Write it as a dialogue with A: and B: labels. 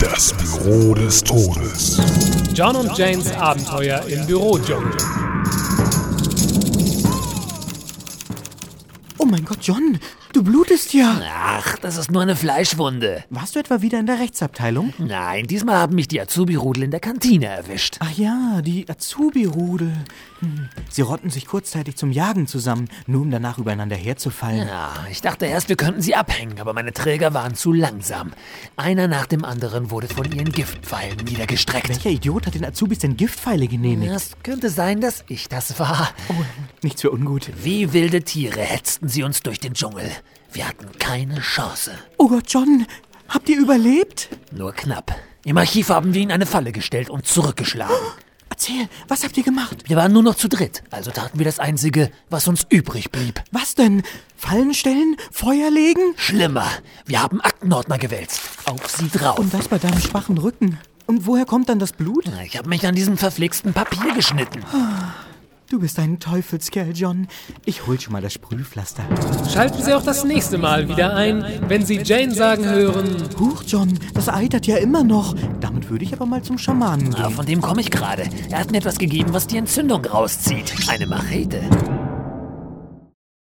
A: Das Büro des Todes.
B: John und Janes Abenteuer im Büro, John.
C: Oh mein Gott, John, du blutest ja.
D: Ach, das ist nur eine Fleischwunde.
C: Warst du etwa wieder in der Rechtsabteilung?
D: Nein, diesmal haben mich die Azubi-Rudel in der Kantine erwischt.
C: Ach ja, die Azubi-Rudel. Hm, Sie rotten sich kurzzeitig zum Jagen zusammen, nur um danach übereinander herzufallen.
D: Ja, ich dachte erst, wir könnten sie abhängen, aber meine Träger waren zu langsam. Einer nach dem anderen wurde von ihren Giftpfeilen niedergestreckt.
C: Welcher Idiot hat den Azubis denn Giftpfeile genehmigt? Oh,
D: Es könnte sein, dass ich das war.
C: Nichts für ungut.
D: Wie wilde Tiere hetzten sie uns durch den Dschungel. Wir hatten keine Chance.
C: Oh Gott, John, habt ihr überlebt?
D: Nur knapp. Im Archiv haben wir ihn eine Falle gestellt und zurückgeschlagen.
C: Erzähl, was habt ihr gemacht?
D: Wir waren nur noch zu dritt, also taten wir das Einzige, was uns übrig blieb.
C: Was denn? Fallen stellen? Feuer legen?
D: Schlimmer, wir haben Aktenordner gewälzt. Auf sie drauf.
C: Und das bei deinem schwachen Rücken. Und woher kommt dann das Blut?
D: Ich habe mich an diesem verflixten Papier geschnitten.
C: Du bist ein Teufelskerl, John. Ich hol schon mal das Sprühpflaster.
B: Schalten Sie auch das nächste Mal wieder ein, wenn Sie Jane sagen hören.
C: Huch, John, das eitert ja immer noch. Damit würde ich aber mal zum Schamanen gehen.
D: Ah, von dem komme ich gerade. Er hat mir etwas gegeben, was die Entzündung rauszieht. Eine Machete.